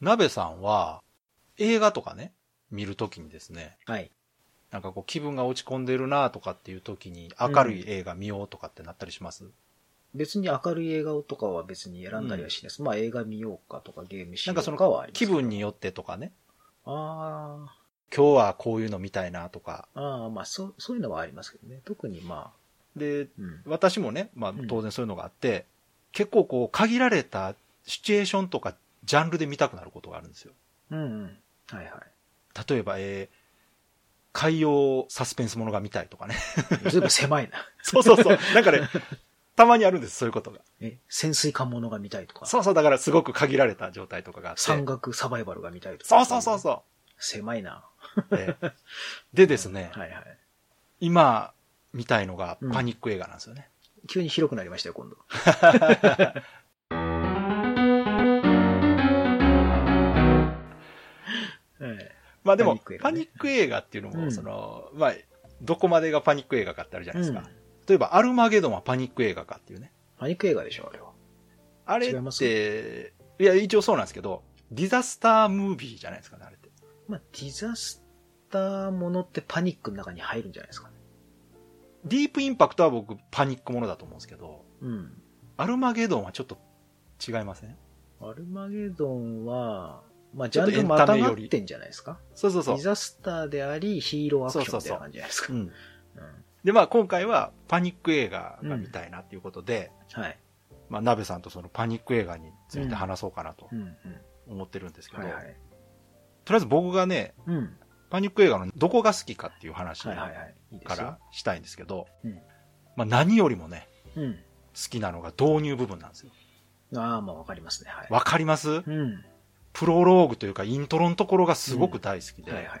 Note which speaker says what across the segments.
Speaker 1: 鍋さんは、映画とかね、見るときにですね、
Speaker 2: はい。
Speaker 1: なんかこう気分が落ち込んでるなとかっていうときに明るい映画見ようとかってなったりします、
Speaker 2: 別に明るい映画とかは別に選んだりはしないです。まあ映画見ようかとかゲームしよう
Speaker 1: なんかその
Speaker 2: かはあります。
Speaker 1: 気分によってとかね、
Speaker 2: あ
Speaker 1: 今日はこういうの見たいなとか。
Speaker 2: あ、ああ、まあそう、そういうのはありますけどね。特にま
Speaker 1: で、
Speaker 2: あ、うん。
Speaker 1: 私もね、まあ
Speaker 2: うん
Speaker 1: 当然そういうのがあって、結構こう限られたシチュエーションとかジャンルで見たくなることがあるんですよ。
Speaker 2: うんうん。はいは
Speaker 1: 例えば、えー海洋サスペンスものが見たいとかね。
Speaker 2: い。ずいぶん狭いな。
Speaker 1: そうそうそう。なんかね、たまにあるんです、そういうことが。
Speaker 2: え、潜水艦ものが見たいとか、
Speaker 1: そうそう、だからすごく限られた状態とかがあって。
Speaker 2: 山岳サバイバルが見たいと
Speaker 1: そ
Speaker 2: か。。
Speaker 1: うそうそうそう
Speaker 2: 狭いな。
Speaker 1: う。ええでですね、
Speaker 2: はいはい。
Speaker 1: 今見たいのが
Speaker 2: うん
Speaker 1: パニック映画なんですよね。
Speaker 2: 急に広くなりました よ、今度。え
Speaker 1: まあでも、
Speaker 2: パニック映画
Speaker 1: パ
Speaker 2: ね
Speaker 1: ニック映画っていうの
Speaker 2: う
Speaker 1: も、
Speaker 2: ん
Speaker 1: その、まあ、どこまでがパニック映画かってあるじゃ
Speaker 2: え
Speaker 1: ないですか。
Speaker 2: うん
Speaker 1: 例えば、アルマゲドンはパニック映画かっていうね。
Speaker 2: パニック映画でしょ、あれは。
Speaker 1: あれ
Speaker 2: 違いま
Speaker 1: っ
Speaker 2: す
Speaker 1: て、いや、一応そうなんですけど、ディザスタームービーじゃないですかね、あれって。
Speaker 2: まあ、ディザスターものってパニックの中に入るんじゃないですかね。
Speaker 1: ディープインパクトは僕、パニックものだと思うんですけど、
Speaker 2: うん。
Speaker 1: アルマゲドンはちょっと違いません
Speaker 2: アルマゲドンは、まあ、
Speaker 1: ち
Speaker 2: ジ
Speaker 1: ょ
Speaker 2: ャ
Speaker 1: っ
Speaker 2: ン
Speaker 1: とエ
Speaker 2: ル
Speaker 1: ン
Speaker 2: ま
Speaker 1: タ
Speaker 2: た
Speaker 1: メ
Speaker 2: が
Speaker 1: よ
Speaker 2: っ
Speaker 1: り
Speaker 2: てんじゃないですか。
Speaker 1: そうそうそ
Speaker 2: デ
Speaker 1: う
Speaker 2: ィ。ザスターであり、ヒーローアクションみたいな感じじゃないですか
Speaker 1: う。ん、
Speaker 2: うん
Speaker 1: で、まあ今回はパニック映画が見たいなっていうことで、
Speaker 2: はい。
Speaker 1: まあ鍋さんとそのパニック映画について話そうかなと
Speaker 2: うんうん。
Speaker 1: 思ってるんですけど、
Speaker 2: はいはい。
Speaker 1: とりあえず僕がね、
Speaker 2: うん。
Speaker 1: パニック映画のどこが好きかっていう話
Speaker 2: はいは
Speaker 1: か
Speaker 2: いはい。いいですよ
Speaker 1: ら。したいんですけど、
Speaker 2: うん
Speaker 1: まあ何よりもね、
Speaker 2: うん。
Speaker 1: 好きなのが導入部分なんですよ。
Speaker 2: ああ、まあわかりますね。はい。
Speaker 1: わかります
Speaker 2: うん。
Speaker 1: プロローグというかイントロのところがすごく大好きで、
Speaker 2: はいはいはい。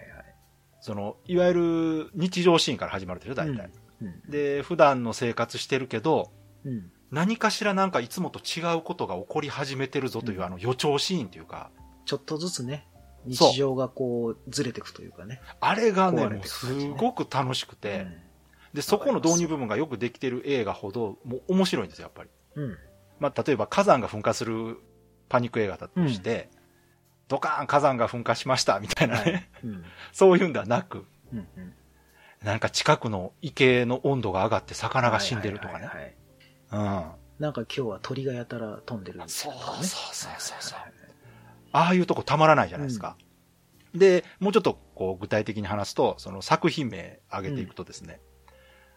Speaker 1: その、いわゆる日常シーンから始まるでしょ、大体。
Speaker 2: うん。
Speaker 1: で、普段の生活してるけど、
Speaker 2: うん。
Speaker 1: 何かしらなんかいつもと違うことが起こり始めてるぞという、
Speaker 2: うん
Speaker 1: あの予兆シーンというか、
Speaker 2: ちょっとずつね、
Speaker 1: そう
Speaker 2: 日常がこう、ずれていくというかね。
Speaker 1: あれがね、
Speaker 2: 壊れ
Speaker 1: もう
Speaker 2: てく
Speaker 1: す
Speaker 2: 感じね
Speaker 1: ごく楽しく
Speaker 2: う
Speaker 1: て、
Speaker 2: ん
Speaker 1: で、そこの導入部分がよくできてる映画ほど、もう面白いんですよ、やっぱり。
Speaker 2: うん。
Speaker 1: まあ、例えば火山が噴火するパニック映画だとして、ドカーン火山が噴火しました、みたいなね、
Speaker 2: うん。
Speaker 1: そういうんではなく、
Speaker 2: うんうん。
Speaker 1: なんか近くの池の温度が上がって魚が死んでるとかね
Speaker 2: はい。はいはい
Speaker 1: うん。
Speaker 2: なんか今日は鳥がやたら飛んでるみたい
Speaker 1: そう
Speaker 2: なと
Speaker 1: そ
Speaker 2: か
Speaker 1: う
Speaker 2: ね。
Speaker 1: そうそうそう。
Speaker 2: はいはいはい
Speaker 1: ああいうとこたまらないじゃないですか。で、もうちょっとこう具体的に話すと、その作品名上げていくとですね、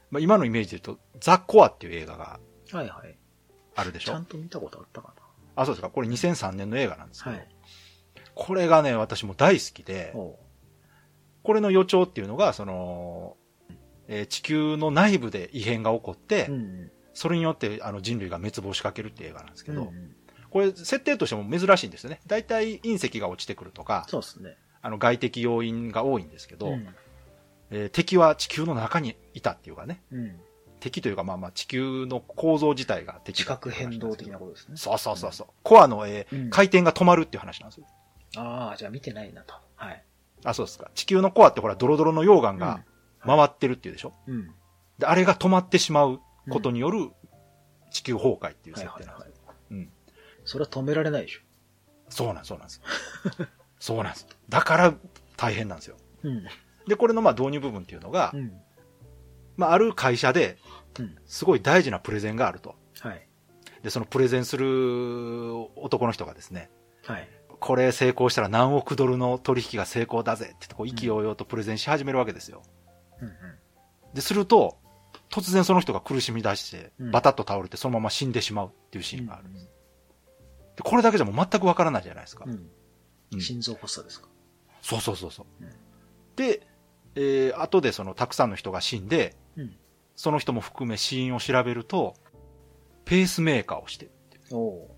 Speaker 1: まあ、今のイメージで言うと、ザ・コアっていう映画が
Speaker 2: はいはい。
Speaker 1: あるでし
Speaker 2: ちゃ
Speaker 1: ょ
Speaker 2: んと見たことあったか
Speaker 1: あ、そうですか。これ2003年の映画なんですけ
Speaker 2: な。
Speaker 1: ど、
Speaker 2: はい。
Speaker 1: これがね、私も大好きで、
Speaker 2: おう
Speaker 1: これの予兆っていうのが、その、えー地球の内部で異変が起こって、
Speaker 2: うん。
Speaker 1: それによってあの人類が滅亡しかけるっていう映画なんですけ
Speaker 2: うん
Speaker 1: ど、
Speaker 2: うん
Speaker 1: これ設定としても珍しいんですよね。大体隕石が落ちてくるとか、
Speaker 2: そうですね。
Speaker 1: あの外的要因が多いんですけど、
Speaker 2: ん
Speaker 1: えー敵は地球の中にいたっていうかね、
Speaker 2: うん。
Speaker 1: 敵というかまあまあ地球の構造自体が敵
Speaker 2: 地
Speaker 1: だって
Speaker 2: 殻
Speaker 1: いう話
Speaker 2: 変
Speaker 1: んで
Speaker 2: 動
Speaker 1: すけ
Speaker 2: 的
Speaker 1: ど
Speaker 2: なことですね。
Speaker 1: そうそうそうそう。コアの、えー
Speaker 2: うん
Speaker 1: 回転が止まるっていう話なんですよ。
Speaker 2: ああ、じゃあ見てないなと。はい。
Speaker 1: あ、そうですか。地球のコアってほら、ドロドロの溶岩が回ってるっていうでしょ、
Speaker 2: うん。
Speaker 1: で、あれが止まってしまうことによる地球崩壊っていう
Speaker 2: はい
Speaker 1: 設
Speaker 2: は
Speaker 1: 定
Speaker 2: い
Speaker 1: なんです
Speaker 2: は
Speaker 1: よ。
Speaker 2: い。
Speaker 1: うん。
Speaker 2: それは止められないでしょ。
Speaker 1: そうなん、そうなんです。 そうなんです。だから大変なんですよ。
Speaker 2: うん。
Speaker 1: で、これのまあ導入部分っていうのが、
Speaker 2: うん。
Speaker 1: まあある会社で
Speaker 2: うん。
Speaker 1: すごい大事なプレゼンがあると。
Speaker 2: はい。
Speaker 1: で、そのプレゼンする男の人がですね、
Speaker 2: はい。
Speaker 1: これ成功したら何億ドルの取引が成功だぜって言ってこう意気揚々とプレゼンし始めるわけですよ。
Speaker 2: うん
Speaker 1: で、すると、突然その人が苦しみ出して、
Speaker 2: うん
Speaker 1: バタッと倒れてそのまま死んでしまうっていうシーンがある。
Speaker 2: うんうん
Speaker 1: で、これだけじゃもう全くわからないじゃないですか。
Speaker 2: うん
Speaker 1: うん
Speaker 2: 心臓発作ですか。
Speaker 1: そうそうそうそう
Speaker 2: うん。
Speaker 1: で、えー後でそのたくさんの人が死んで、
Speaker 2: うん
Speaker 1: その人も含め死因を調べると、ペースメーカーをしてる、
Speaker 2: おお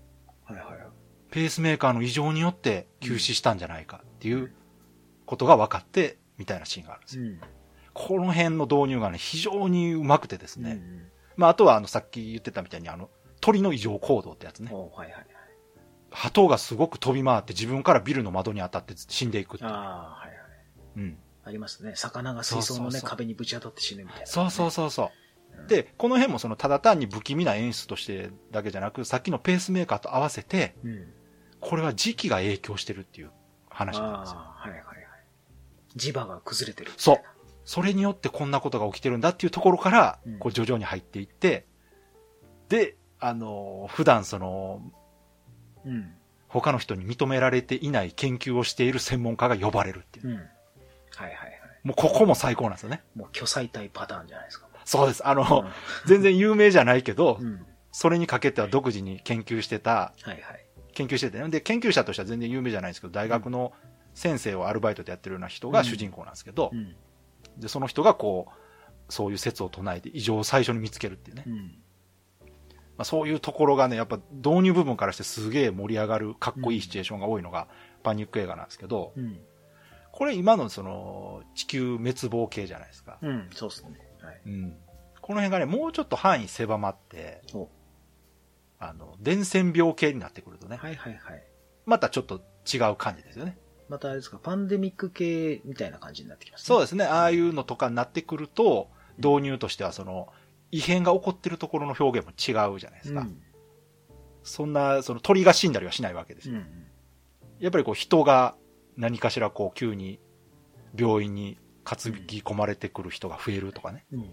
Speaker 2: ー。はいはいはい。
Speaker 1: ペースメーカーの異常によって急死したんじゃないかっていうことが分かって、みたいなシーンがあるんですよ
Speaker 2: うん。
Speaker 1: この辺の導入がね、非常にうまくてです
Speaker 2: うんう
Speaker 1: ね。
Speaker 2: ん。
Speaker 1: まあ、あとは、あの、さっき言ってたみたいに、あの、鳥の異常行動ってやつね。
Speaker 2: おーはいはいはい。
Speaker 1: 鳩がすごく飛び回って自分からビルの窓に当たって死んでいくっていう。
Speaker 2: ああ、はいはい。
Speaker 1: うん。
Speaker 2: ありますね。魚が水
Speaker 1: そ
Speaker 2: 槽
Speaker 1: うそ
Speaker 2: の
Speaker 1: う
Speaker 2: ね、
Speaker 1: そう
Speaker 2: 壁にぶち当たって死ぬみたいな。
Speaker 1: そうそうそうそうう。
Speaker 2: ん
Speaker 1: で、この辺もその、ただ単に不気味な演出としてだけじゃなく、さっきのペースメーカーと合わせて、
Speaker 2: うん。
Speaker 1: これは時期が影響してるっていう話なんですよ。
Speaker 2: ああ、はいはいはい。磁場が崩れてる。
Speaker 1: そう。それによってこんなことが起きてるんだっていうところから
Speaker 2: うん、
Speaker 1: こう徐々に入っていって、で、あの、普段その、
Speaker 2: うん。
Speaker 1: 他の人に認められていない研究をしている専門家が呼ばれるっていう。
Speaker 2: うん。はいはいはい。
Speaker 1: もうここも最高なんですよね。
Speaker 2: もう巨彩体パターンじゃないですか。
Speaker 1: そうです。あの、全然有名じゃないけど
Speaker 2: う、ん。うん
Speaker 1: それにかけては独自に研究してた、
Speaker 2: はいはい。
Speaker 1: 研究しててね、で、研究者としては全然有名じゃないんですけど、大学の先生をアルバイトでやってるような人が主人公なんですけど
Speaker 2: う、ん。
Speaker 1: で、その人がこう、そういう説を唱えて異常を最初に見つけるっていうね
Speaker 2: う。ん。
Speaker 1: まあ、そういうところがね、やっぱ導入部分からしてすげえ盛り上がるかっこいいシチュエーションが多いのがパニック映画なんですけど、
Speaker 2: うん。
Speaker 1: これ今のその地球滅亡系じゃないですか。
Speaker 2: うん。そうっすね。はい。
Speaker 1: うん。この辺がね、もうちょっと範囲狭まって
Speaker 2: お、
Speaker 1: あの、伝染病系になってくるとね、
Speaker 2: はいはいはい。
Speaker 1: またちょっと違う感じですよね。
Speaker 2: またあれですか、パンデミック系みたいな感じになってきますね。。
Speaker 1: そうですすね、ああいうのとかになってくると、導入としてはその、異変が起こってるところの表現も違うじゃないです
Speaker 2: う
Speaker 1: か。
Speaker 2: ん。
Speaker 1: そんな、その鳥が死んだりはしないわけですよ
Speaker 2: うん
Speaker 1: やっぱりこう人が何かしらこう急に病院に担ぎ込まれてくる人が増えるとかね。
Speaker 2: うん。うん。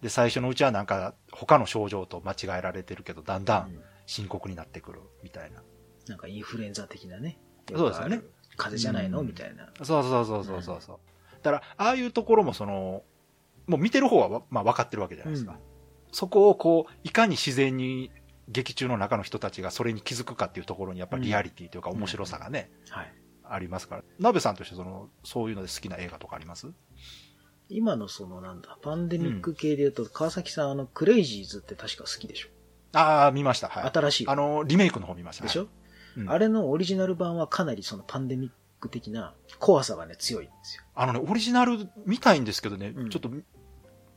Speaker 1: で、最初のうちはなんか他の症状と間違えられてるけど、だんだん深刻になってくるみたいな。
Speaker 2: なんかインフルエンザ的なね。
Speaker 1: そうですよね
Speaker 2: よくある。風邪じゃないの
Speaker 1: うん
Speaker 2: みたいな。
Speaker 1: そうそうそうそうそうそう。だから、ああいうところもその、もう見てる方はわまあ分かってるわけじゃないですか。
Speaker 2: うん
Speaker 1: そこをこう、いかに自然に劇中の中の人たちがそれに気づくかっていうところにやっぱりリアリティというか面白さがね、
Speaker 2: はい。
Speaker 1: ありますから。なべさんとしてその、そういうので好きな映画とかあります
Speaker 2: 今のそのなんだ、パンデミック系で言うと、川崎さん、あの、クレイジーズって確か好きでしょ
Speaker 1: ああ、見ました。はい。
Speaker 2: 新しい
Speaker 1: あの、リメイクの方見ました。
Speaker 2: でし
Speaker 1: はい
Speaker 2: ょ
Speaker 1: うん
Speaker 2: あれのオリジナル版はかなりそのパンデミック的な怖さがね、強いんですよ。
Speaker 1: あのね、オリジナル見たいんですけどね、
Speaker 2: うん
Speaker 1: ちょっと、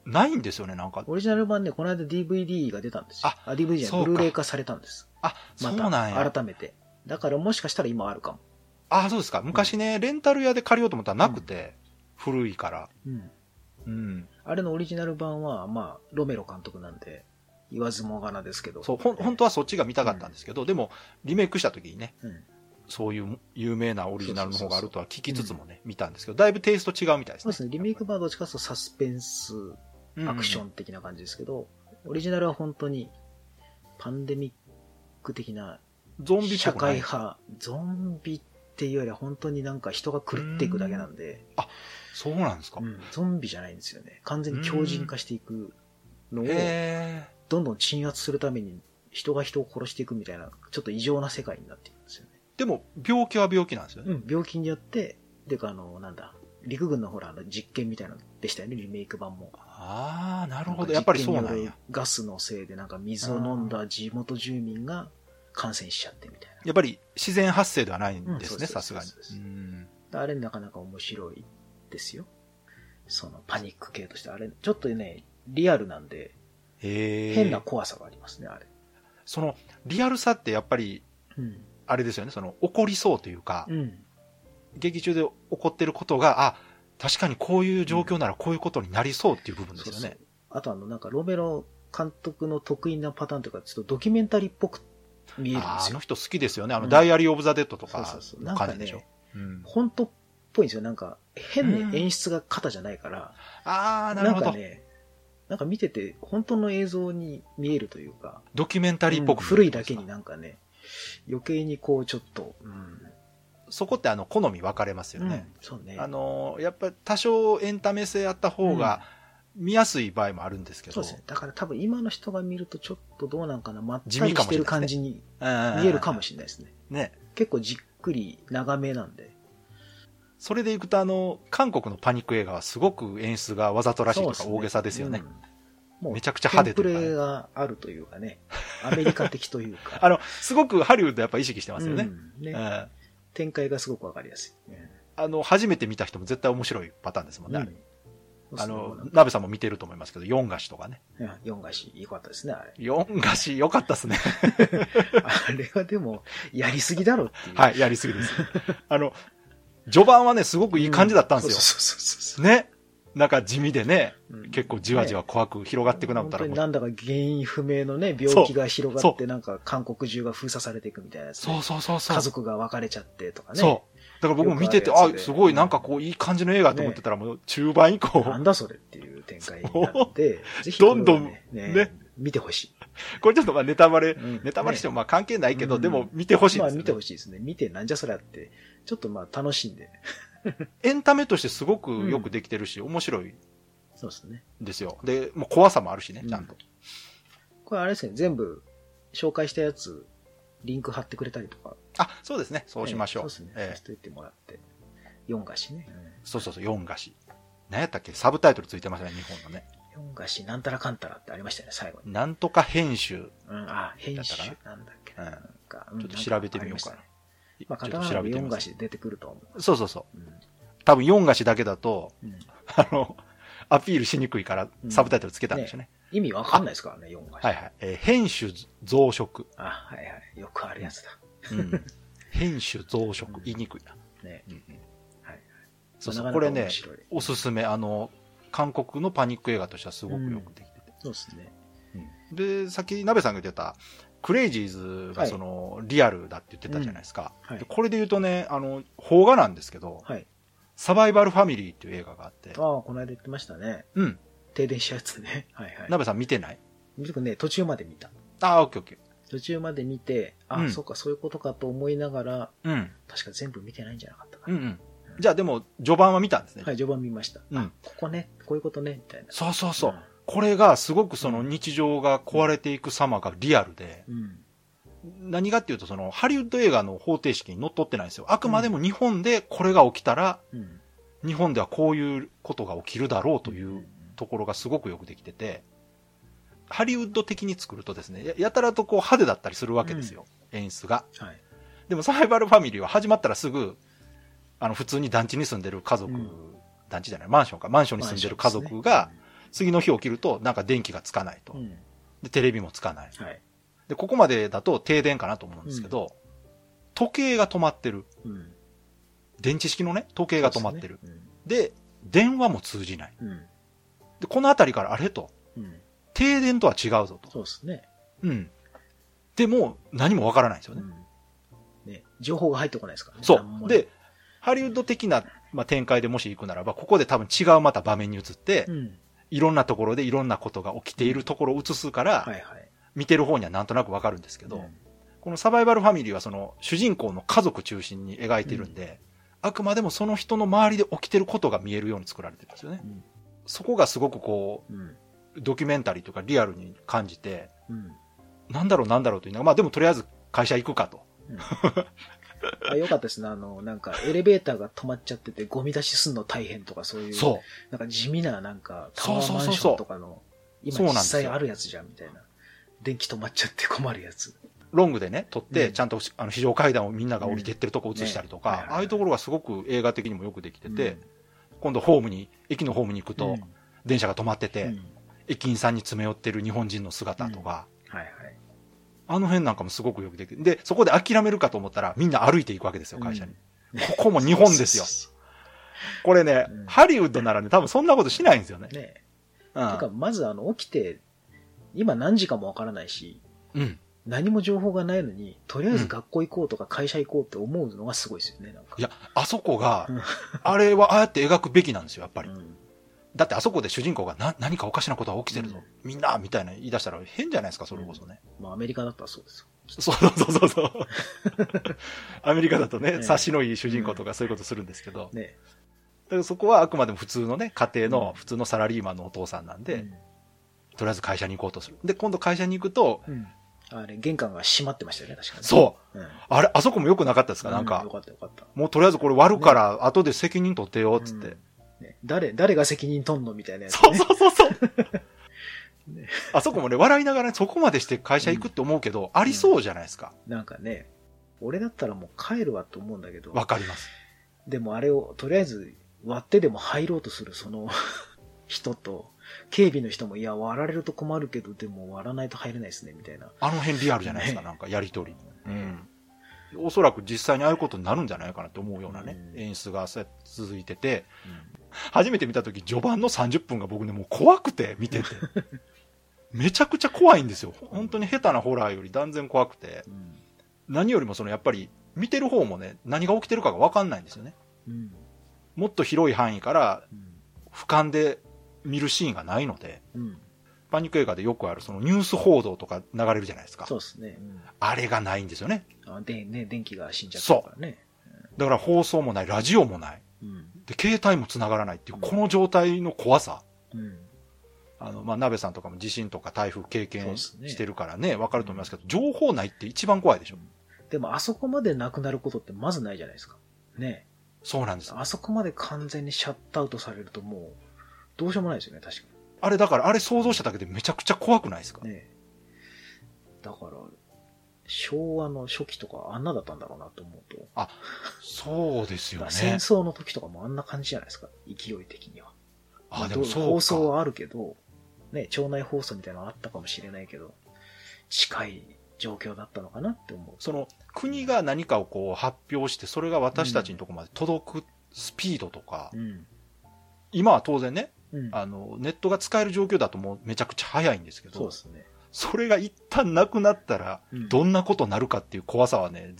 Speaker 1: ないんですよね、なんか。
Speaker 2: オリジナル版ね、この間 DVD が出たんですよ。あ、DVD じゃ
Speaker 1: そう
Speaker 2: ない、
Speaker 1: か
Speaker 2: ブルーレイ化されたんです。
Speaker 1: あ、そ
Speaker 2: ま
Speaker 1: うなんや
Speaker 2: た、。改めて。だからもしかしたら今あるかも。
Speaker 1: あ、そうですか。昔ね、レンタル屋で借りようと思ったらなくて、古いから。
Speaker 2: うん。
Speaker 1: うん。
Speaker 2: あれのオリジナル版は、まあ、ロメロ監督なんで、言わずもがなですけど。
Speaker 1: そう、ほん、本当はそっちが見たかったんですけど、でも、リメイクした時にね、
Speaker 2: うん。
Speaker 1: そういう有名なオリジナルの方があるとは聞きつつもね、見たんですけど、だいぶテイスト違うみたいです
Speaker 2: そ
Speaker 1: ね。
Speaker 2: うですね、リメイク版はどっちかというとサスペンス、アクショ
Speaker 1: ン。
Speaker 2: ン的な感じですけど、オリジナルは本当に、パンデミック的な
Speaker 1: ゾンビっぽ
Speaker 2: 社
Speaker 1: くな
Speaker 2: 会
Speaker 1: い
Speaker 2: 派、ゾンビっていうよりは本当になんか人が狂っていくだけなんで、
Speaker 1: そうなんですか。
Speaker 2: うんゾンビじゃないんですよね。完全に強靭化していくのを、
Speaker 1: へえ。
Speaker 2: どんどん鎮圧するために人が人を殺していくみたいな、ちょっと異常な世界になっていくんですよね。
Speaker 1: でも、病気は病気なんですよね。
Speaker 2: うん、病気によって、ていうかあの、なんだ、陸軍のほら、あの実験みたいなのでしたよね、リメイク版も。
Speaker 1: ああ、なるほど。やっぱりそうなん
Speaker 2: 実験に
Speaker 1: や
Speaker 2: よる。ガスのせいでなんか水を飲んだ地元住民が感染しちゃってみたい
Speaker 1: やっぱり自然発生ではないんで
Speaker 2: う
Speaker 1: す
Speaker 2: んそう
Speaker 1: ね、
Speaker 2: そ
Speaker 1: さ
Speaker 2: う
Speaker 1: す
Speaker 2: そう
Speaker 1: がに
Speaker 2: そうそう。
Speaker 1: うん
Speaker 2: な。あれなかなか面白いですよ。そのパニック系として、あれ、ちょっとね、リアルなんで、
Speaker 1: へえ。
Speaker 2: 変な怖さがありますね、あれ。
Speaker 1: その、リアルさってやっぱり、
Speaker 2: うん。
Speaker 1: あれですよね、その、起こりそうというか、
Speaker 2: うん。
Speaker 1: 劇中で起こってることが、あ、確かにこういう状況ならこういうことになりそうっていう部分ですよ
Speaker 2: そうそ
Speaker 1: ね
Speaker 2: う。あとあの、なんか、ロメロ監督の得意なパターンというか、ちょっとドキュメンタリーっぽく見えるんで
Speaker 1: あー
Speaker 2: す
Speaker 1: あ
Speaker 2: よ
Speaker 1: の。人好きですよね。あの、
Speaker 2: うん
Speaker 1: ダイアリー・オブ・ザ・デッドと
Speaker 2: そうそ
Speaker 1: か
Speaker 2: うそう。な
Speaker 1: の
Speaker 2: んか
Speaker 1: 感じでしょ
Speaker 2: ね、。
Speaker 1: うん
Speaker 2: 本当っぽいんですよ。なんか、変
Speaker 1: う
Speaker 2: に
Speaker 1: ん
Speaker 2: 演出が肩じゃないから、
Speaker 1: ああ、なる
Speaker 2: なん
Speaker 1: ほ
Speaker 2: か
Speaker 1: ど。
Speaker 2: ね、なんか見てて、本当の映像に見えるというか、
Speaker 1: ドキュメンタリーっぽく、
Speaker 2: うん古いだけに。なんかね、余計にこう、ちょっと、うん。
Speaker 1: そこってあの、好み分かれますよね。
Speaker 2: うんそうね。
Speaker 1: あのー、やっぱり多少エンタメ性あった方が見やすい場合もあるんですけど。
Speaker 2: そうですね。だから多分今の人が見るとちょっとどうなんかな、まっ
Speaker 1: 地
Speaker 2: たり
Speaker 1: 味か
Speaker 2: し
Speaker 1: も
Speaker 2: て
Speaker 1: しれないですね
Speaker 2: る感じに
Speaker 1: 見
Speaker 2: 見えるかもしれないですね。
Speaker 1: れない。ね。
Speaker 2: 結構じっくり長めなんで。
Speaker 1: それでいくと、あの、韓国のパニック映画はすごく演出がわざとらしいとか
Speaker 2: そうっすね
Speaker 1: 大げさですよね。。
Speaker 2: うんもう
Speaker 1: めちゃくちゃ派手
Speaker 2: テ
Speaker 1: とい
Speaker 2: ンプ
Speaker 1: うかね
Speaker 2: レがあるというか ね、アメリカ的というか。
Speaker 1: あの、すごくハリウッドやっぱ意識してますよね。
Speaker 2: うんね
Speaker 1: うんあ
Speaker 2: 展開がすごくわかりやすい。
Speaker 1: の、初めて見た人も絶対面白いパターンですもんね。あれ
Speaker 2: うん
Speaker 1: あの、ナベさんも見てると思いますけど、四菓子とかね。
Speaker 2: 4返し、良かったですね、あれ。
Speaker 1: 四菓子、良かったですね。
Speaker 2: あれはでも、やりすぎだろっていう。い。
Speaker 1: はい、やり すぎです。あの、序盤はね、すごくいい感じだったんですよ。
Speaker 2: そうそうそうそう。
Speaker 1: ね。なんか地味でね、
Speaker 2: うん
Speaker 1: 結構じわじわ怖く広がっていくなったら
Speaker 2: 本当
Speaker 1: も
Speaker 2: に
Speaker 1: う、
Speaker 2: なんだか原因不明のね、
Speaker 1: う
Speaker 2: 病気が広がっ
Speaker 1: そ
Speaker 2: て、なんか韓国中が封鎖されていくみたいなやつね、
Speaker 1: そうそうそうそう。
Speaker 2: 家族が別れちゃってとかね。
Speaker 1: そう。だから僕も見てて、
Speaker 2: よくあ
Speaker 1: あ
Speaker 2: るやつ、です
Speaker 1: ごいなんかこういい感じの映画と思ってたら、もう中盤以降、
Speaker 2: なんだそれっていう展開になるので、ぜひ、
Speaker 1: どんどん
Speaker 2: ね、
Speaker 1: ね
Speaker 2: 見てほしい。
Speaker 1: これちょっとまあネタバレ、
Speaker 2: うん
Speaker 1: ネタバレして
Speaker 2: ね
Speaker 1: もまあ関係ないけど、
Speaker 2: うん
Speaker 1: でも見てほしい
Speaker 2: ま
Speaker 1: で
Speaker 2: あ
Speaker 1: すよ
Speaker 2: 見
Speaker 1: ね
Speaker 2: てほしいですね。見てなんじゃそりゃって、ちょっとまあ楽しんで。
Speaker 1: エンタメとしてすごくよくできてるし、面白いん
Speaker 2: そうですね。
Speaker 1: ですよ。で、もう怖さもあるしね、ちゃんと。
Speaker 2: これあれですね、全部紹介したやつ、リンク貼ってくれたりとか。
Speaker 1: あ、そうですね、そうしましょう。
Speaker 2: ねそうです
Speaker 1: え
Speaker 2: ね。
Speaker 1: え
Speaker 2: そうしといてもらって。4菓子ね。
Speaker 1: そうそうそう、4菓子。何やったっけサブタイトルついてましたね、日本のね。
Speaker 2: 4菓子なんたらかんたらってありましたよね、最後に。
Speaker 1: なんとか編集。
Speaker 2: うん、あ、編集
Speaker 1: だっ
Speaker 2: なんだっけ
Speaker 1: うん
Speaker 2: な。なんか、うん
Speaker 1: ちょっと調べてみようかな
Speaker 2: なんありましたねまあ、
Speaker 1: ちょっ
Speaker 2: カタ
Speaker 1: と
Speaker 2: カ
Speaker 1: 調
Speaker 2: ナ
Speaker 1: べ
Speaker 2: で
Speaker 1: てみ
Speaker 2: 4
Speaker 1: ま
Speaker 2: 菓
Speaker 1: す。
Speaker 2: 子出てくると思
Speaker 1: そうそうそう。
Speaker 2: う。うん
Speaker 1: 多分4菓子だけだと、
Speaker 2: うん
Speaker 1: あの、アピールしにくいから、サブタイトルつけたんでしょうね。
Speaker 2: 意味わかんないですからね、4菓子。
Speaker 1: はいはい。えー編集増殖。
Speaker 2: あ、はいはい。よくあるやつだ。
Speaker 1: うん。編集増殖
Speaker 2: うん。
Speaker 1: 言いにくいな。
Speaker 2: ね。
Speaker 1: うんうん
Speaker 2: はい。
Speaker 1: そうそう。
Speaker 2: なかなか
Speaker 1: これね
Speaker 2: 面、白い
Speaker 1: おすすめ。あの、韓国のパニック映画としてはすごくよくできてて。
Speaker 2: そうですね。
Speaker 1: で、さっき、鍋さんが言ってた、クレイジーズが
Speaker 2: はい
Speaker 1: その、リアルだって言ってたじゃないですか。
Speaker 2: はい
Speaker 1: で。これで言うとね、あの、邦画なんですけど、
Speaker 2: はい。
Speaker 1: サバイバルファミリーっていう映画があって、
Speaker 2: ああ、この間言ってましたね。
Speaker 1: うん。
Speaker 2: 停電したやつね。はいはい。
Speaker 1: 鍋さん見てない
Speaker 2: 僕ね、途中まで見た。
Speaker 1: あー、オッケーオッケ
Speaker 2: 途中まで見て、あ、
Speaker 1: うん
Speaker 2: そうか、そういうことかと思いながら、
Speaker 1: ー。うん。
Speaker 2: 確か全部見てないんじゃなかったか
Speaker 1: うん
Speaker 2: な。
Speaker 1: うん。じゃあでも、序盤は見たんですね。
Speaker 2: はい、序盤見ました。
Speaker 1: うん
Speaker 2: あ、ここね、こういうことね、みたいな。
Speaker 1: そうそうそう。これがすごくその日常が壊れていく様がリアルで、
Speaker 2: うん。うん。
Speaker 1: 何がっていうとそのハリウッド映画の方程式にのっとってないんですよ。あくまでも日本でこれが起きたら、
Speaker 2: うん。
Speaker 1: 日本ではこういうことが起きるだろうとい
Speaker 2: ん
Speaker 1: うところがすごくよくできてて、ハリウッド的に作るとですね、ややたらとこう派手だったりするわけですよ。演出が。
Speaker 2: はい。
Speaker 1: でもサバイバルファミリーは始まったらすぐ、あの普通に団地に住んでる家族、
Speaker 2: うん
Speaker 1: 団地じゃない、マンションか、マンションに住んでる家族が、次の日起きるとなんか電気がつかないと。
Speaker 2: うん、
Speaker 1: で、テレビもつかない。
Speaker 2: うん。はい。
Speaker 1: で、ここまでだと停電かなと思うんですけど、時計が止まってる。
Speaker 2: うん。
Speaker 1: 電池式のね、時計が止まってる。
Speaker 2: そうですね。
Speaker 1: で電話も通じない。
Speaker 2: うん。
Speaker 1: で、このあたりからあれと、
Speaker 2: うん。うん
Speaker 1: 停電とは違うぞと。
Speaker 2: そうですね。
Speaker 1: うん。でも、何もわからないんですよ
Speaker 2: う
Speaker 1: ね。
Speaker 2: ん。ね、情報が入ってこないですからね。
Speaker 1: そ
Speaker 2: なんも
Speaker 1: う。
Speaker 2: ね
Speaker 1: で、、ハリウッド的な、まあ、展開でもし行くならば、ここで多分違うまた場面に移って、
Speaker 2: うん。
Speaker 1: いろんなところでいろんなことが起きているところを映すから、
Speaker 2: はいはい。
Speaker 1: 見てる方にはなんとなくわかるんですけど、
Speaker 2: うん
Speaker 1: このサバイバルファミリーはその主人公の家族中心に描いてるんで、あくまでもその人の周りで起きてることが見えるように作られてるんですよね。
Speaker 2: うん
Speaker 1: そこがすごくこ
Speaker 2: うん。
Speaker 1: う、ドキュメンタリーというかリアルに感じて、
Speaker 2: うん。
Speaker 1: なんだろうなんだろうというのが、まあでもとりあえず会社行くかと。
Speaker 2: あよかったですね。あの、なんか、エレベーターが止まっちゃってて、ゴミ出しすんの大変とか、そういう、
Speaker 1: そ
Speaker 2: なんか地味な、なんか、タ
Speaker 1: そう
Speaker 2: ワ
Speaker 1: そう
Speaker 2: ーマ
Speaker 1: そうそう
Speaker 2: ンションとかの、今
Speaker 1: そうなん
Speaker 2: 実
Speaker 1: ですよ
Speaker 2: 際あるやつじゃん、みたいな。電気止まっちゃって困るやつ。
Speaker 1: う。ロングでね、撮って、
Speaker 2: うん
Speaker 1: ちゃんとあの非常階段をみんなが降りてってるとこ映したりとか、
Speaker 2: うんねはいはいはい
Speaker 1: ああいうところがすごく映画的にもよくできてて、今度ホームに、駅のホームに行く
Speaker 2: うん、
Speaker 1: と、電車が止まってて、
Speaker 2: うん
Speaker 1: 駅員さんに詰め寄ってる日本人の姿とか、
Speaker 2: はいはい。
Speaker 1: あの辺なんかもすごくよくできて、で、そこで諦めるかと思ったら、みんな歩いていくわけですよ、会社に。ここも日本ですよ。これね、
Speaker 2: うん
Speaker 1: ハリウッドならね、多分そんなことしないんですよね。
Speaker 2: ねえ。
Speaker 1: う
Speaker 2: てか、
Speaker 1: ん。
Speaker 2: まず、あの、起きて、今何時かもわからないし、
Speaker 1: うん。
Speaker 2: 何も情報がないのに、とりあえず学校行こうとか会社行こうって思うのがすごいですよね、なんか。
Speaker 1: いや、あそこが
Speaker 2: うん、
Speaker 1: あれはああやって描くべきなんですよ、やっぱり
Speaker 2: う。ん
Speaker 1: だってあそこで主人公がな何かおかしなことが起きてるぞ
Speaker 2: うん。
Speaker 1: みんなみたいな言い出したら変じゃないですか、それこそね。
Speaker 2: まあ、アメリカだったらそうですよ。
Speaker 1: そうそうそう そう。アメリカだとね、
Speaker 2: ね
Speaker 1: 察しのいい主人公とかそういうことするんですけど、
Speaker 2: ね
Speaker 1: だからそこはあくまでも普通のね、家庭
Speaker 2: う
Speaker 1: の
Speaker 2: ん
Speaker 1: 普通のサラリーマンのお父さんなん
Speaker 2: え。
Speaker 1: で、とりあえず会社に行こうとする。で、今度会社に行くと、
Speaker 2: うん。あれ、玄関が閉まってましたよね、確かに。。
Speaker 1: そう
Speaker 2: うん。
Speaker 1: あれ、あそこも良くなかったですか、なん
Speaker 2: う
Speaker 1: か
Speaker 2: よ。かったよかった。
Speaker 1: もうとりあえずこれ割るから、後で責任取ってよ、つって。
Speaker 2: うんね誰、誰が責任取んのみたいなやつ、ね。
Speaker 1: そうそうそうそう。
Speaker 2: ね
Speaker 1: あそこもね、笑いながらね、そこまでして会社行くって思うけど、ありそうじゃないですか。
Speaker 2: なんかね、俺だったらもう帰るわと思うんだけど、
Speaker 1: わかります。
Speaker 2: でもあれをとりあえず割ってでも入ろうとするその 人と、警備の人も、いや、割られると困るけど、でも割らないと入れないですね、みたいな。
Speaker 1: あの辺リアルじゃないですか、
Speaker 2: ね
Speaker 1: なんかやりとり。うん。おそらく実際にああいうことになるんじゃないかなって思うようなね、
Speaker 2: うん
Speaker 1: 演出がそうやって続いてて、初めて見た時、序盤の30分が僕ね、もう怖くて、見てて。めちゃくちゃ怖いんですよ。本当に下手なホラーより断然怖くて。
Speaker 2: うん。
Speaker 1: 何よりもその、やっぱり、見てる方もね、何が起きてるかがわかんないんですよね。
Speaker 2: うん。
Speaker 1: もっと広い範囲から
Speaker 2: うん。
Speaker 1: 俯瞰で見るシーンがないので、
Speaker 2: うん。
Speaker 1: パニック映画でよくあるそのニュース報道とか流れるじゃないですか
Speaker 2: そ。うですね。うん
Speaker 1: あれがないんですよね。
Speaker 2: あで、ね、電気が死んじゃったからね。
Speaker 1: だから放送もない、ラジオもない、
Speaker 2: うん。
Speaker 1: で、携帯も繋がらないっていう、
Speaker 2: うん
Speaker 1: この状態の怖さ。
Speaker 2: うん。
Speaker 1: あの、まあ、鍋さんとかも地震とか台風経
Speaker 2: そう
Speaker 1: 験
Speaker 2: っすね
Speaker 1: してるからね、わかると思いますけど、情報ないって一番怖いでしょ。
Speaker 2: でも、あそこまでなくなることってまずないじゃないですか。ね。
Speaker 1: そうなんです。
Speaker 2: あそこまで完全にシャットアウトされるともう、どうしようもないですよね、確か
Speaker 1: あれだから、あれ想像しただけでめちゃくちゃ怖くないですか
Speaker 2: に。ね。だから、昭和の初期とかあんなだったんだろうなと思うと。
Speaker 1: そうですよ
Speaker 2: だから戦
Speaker 1: ね。
Speaker 2: 争の時とかもあんな感じじゃないですか、勢い的には。
Speaker 1: あ、で
Speaker 2: ど
Speaker 1: もそうか。
Speaker 2: 放送はあるけど、ね、町内放送みたいなのあったかもしれないけど、近い状況だったのかなって思う。
Speaker 1: その国が何かをこう発表して、それが私たちのところまで届くスピードとか、
Speaker 2: うん。
Speaker 1: 今は当然ね、
Speaker 2: うん。
Speaker 1: あのネットが使える状況だともうめちゃくちゃ早いんですけ
Speaker 2: そう
Speaker 1: ど、
Speaker 2: で
Speaker 1: そ
Speaker 2: すね。
Speaker 1: れが一旦なくなったら、
Speaker 2: うん
Speaker 1: どんなことになるかっていう怖さはね、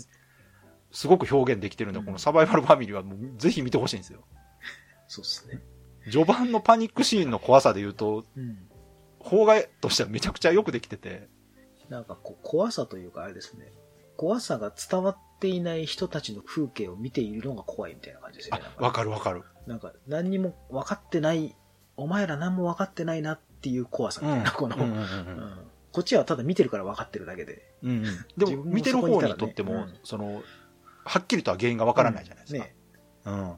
Speaker 1: すごく表現できてるんで、
Speaker 2: うん
Speaker 1: このサバイバルファミリーはもうぜひ見てほしいんですよ。
Speaker 2: そうですね。
Speaker 1: 序盤のパニックシーンの怖さで言うと、
Speaker 2: うん。
Speaker 1: 方外としてはめちゃくちゃよくできてて、
Speaker 2: なんかこう、怖さというかあれですね。怖さが伝わっていない人たちの風景を見ているのが怖いみたいな感じですよ
Speaker 1: あ
Speaker 2: ね。なん、か
Speaker 1: わかるわかる。
Speaker 2: なんか何にも分かってない、お前ら何も分かってないなっていう怖さみたいな、この、
Speaker 1: うんうんうんう
Speaker 2: う
Speaker 1: ん
Speaker 2: んこっちはただ見てるから分かってるだけで。
Speaker 1: うんうんでも
Speaker 2: 自分も
Speaker 1: 見てる方にとって
Speaker 2: そこ
Speaker 1: も、
Speaker 2: にいたらね
Speaker 1: そのはっきりとは原因がわからないじゃないですか、
Speaker 2: ね。
Speaker 1: うん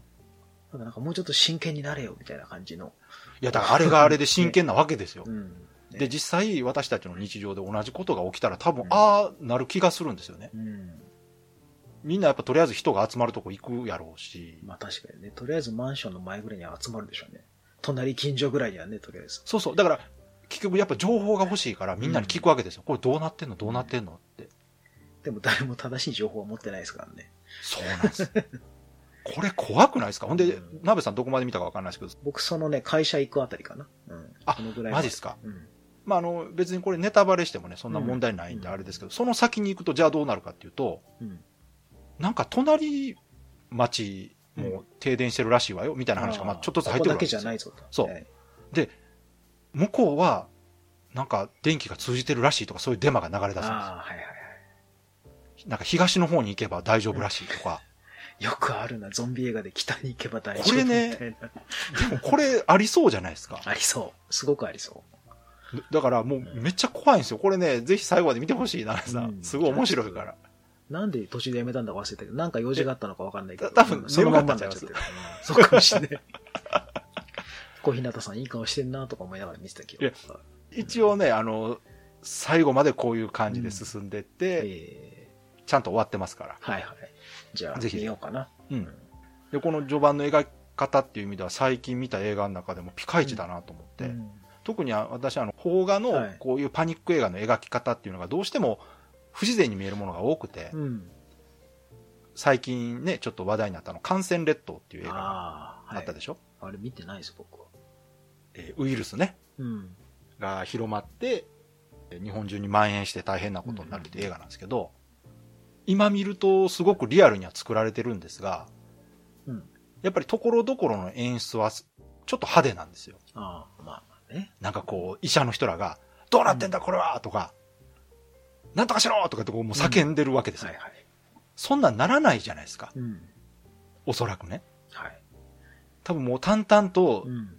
Speaker 2: ただなんかもうちょっと真剣になれよみたいな感じの。
Speaker 1: いやだからあれがあれで真剣なわけですよ、
Speaker 2: うん。ね
Speaker 1: で実際私たちの日常で同じことが起きたら多分、
Speaker 2: うん
Speaker 1: ああなる気がするんですよね
Speaker 2: うん。
Speaker 1: みんなやっぱとりあえず人が集まるとこ行くやろうし
Speaker 2: まあ確かにね、とりあえずマンションの前ぐらいには集まるでしょうね。隣近所ぐらいにはね、とりあえず。
Speaker 1: そうそうだから結局やっぱ情報が欲しいからみんなに聞くわけですよ、これどうなってんのどうなってんのって
Speaker 2: でも誰も正しい情報は持ってないですからね。
Speaker 1: そうなんです これ怖くないですかほんで
Speaker 2: うん
Speaker 1: 鍋さんどこまで見たかわかんないですけど
Speaker 2: 僕そのね、会社行くあたりかな。うん。
Speaker 1: あ
Speaker 2: このぐらい
Speaker 1: マ
Speaker 2: ま
Speaker 1: ジ
Speaker 2: で
Speaker 1: っすか
Speaker 2: うん。
Speaker 1: まあ、あの別にこれネタバレしてもねそんな問題ないんで
Speaker 2: うん
Speaker 1: あれですけど、その先に行くとじゃあどうなるかっていうと
Speaker 2: うん。
Speaker 1: なんか隣町もう停電してるらしいわよみたいな話がまあちょっとずつ入ってくるわけ
Speaker 2: ここだけ
Speaker 1: です
Speaker 2: じ
Speaker 1: よ
Speaker 2: ゃないぞと。
Speaker 1: そう
Speaker 2: はい
Speaker 1: 向こうはなんか電気が通じてるらしいとかそういうデマが流れ出すんで
Speaker 2: ああ、はいはいは
Speaker 1: すなんか東の方に行けば大丈夫らしいとか、
Speaker 2: い。よくあるな、ゾンビ映画で北に行けば大丈夫
Speaker 1: これ
Speaker 2: みたい
Speaker 1: ね
Speaker 2: な。
Speaker 1: でもこれありそうじゃないですか
Speaker 2: ありそう。すごくありそう。
Speaker 1: だからもうめっちゃ怖いんですよこれねぜひ最後まで見てほしいなさ、
Speaker 2: うん
Speaker 1: すごい面白いから
Speaker 2: なんで途中でやめたんだか忘れたけど、なんか用事があったのかわかんないけど。
Speaker 1: えた多分
Speaker 2: うんそのまんまになっちゃってる。うんそうかもしれない。 小日向さんいい顔してんなとか思いながら見てたけど。
Speaker 1: いや一応ねあの最後までこういう感じで進んでって、
Speaker 2: え
Speaker 1: ちゃんと終わってますから
Speaker 2: ーはいはい。じゃあ、
Speaker 1: ぜひ
Speaker 2: 見ようかな。
Speaker 1: うん、でこの序盤の描き方っていう意味では最近見た映画の中でもピカイチだなと思って、
Speaker 2: うん
Speaker 1: 特にあ私あの邦画の
Speaker 2: はい
Speaker 1: こういうパニック映画の描き方っていうのがどうしても不自然に見えるものが多くて、
Speaker 2: うん。
Speaker 1: 最近ねちょっと話題になったの「感染列島」っていう映画が
Speaker 2: ああ、
Speaker 1: あ
Speaker 2: は
Speaker 1: っ
Speaker 2: い
Speaker 1: た。でしょ、
Speaker 2: あれ見てないです、僕は。
Speaker 1: えーウイルスね
Speaker 2: うん。
Speaker 1: が広まってえー日本中に蔓延して大変なことになるっていう映画なんですけど、今見るとすごくリアルには作られてるんですが
Speaker 2: うん。
Speaker 1: やっぱりところどころの演出はすちょっと派手なんですよ
Speaker 2: ああ、まあまあね。
Speaker 1: なんかこう、医者の人らが、どうなってんだこれはとか、なんとかしろとかってこうもう叫んでるわけです
Speaker 2: は
Speaker 1: よ
Speaker 2: い。はい。
Speaker 1: そんなんならないじゃないですか。
Speaker 2: うん。
Speaker 1: おそらくね。
Speaker 2: はい。
Speaker 1: 多分もう淡々と
Speaker 2: うん。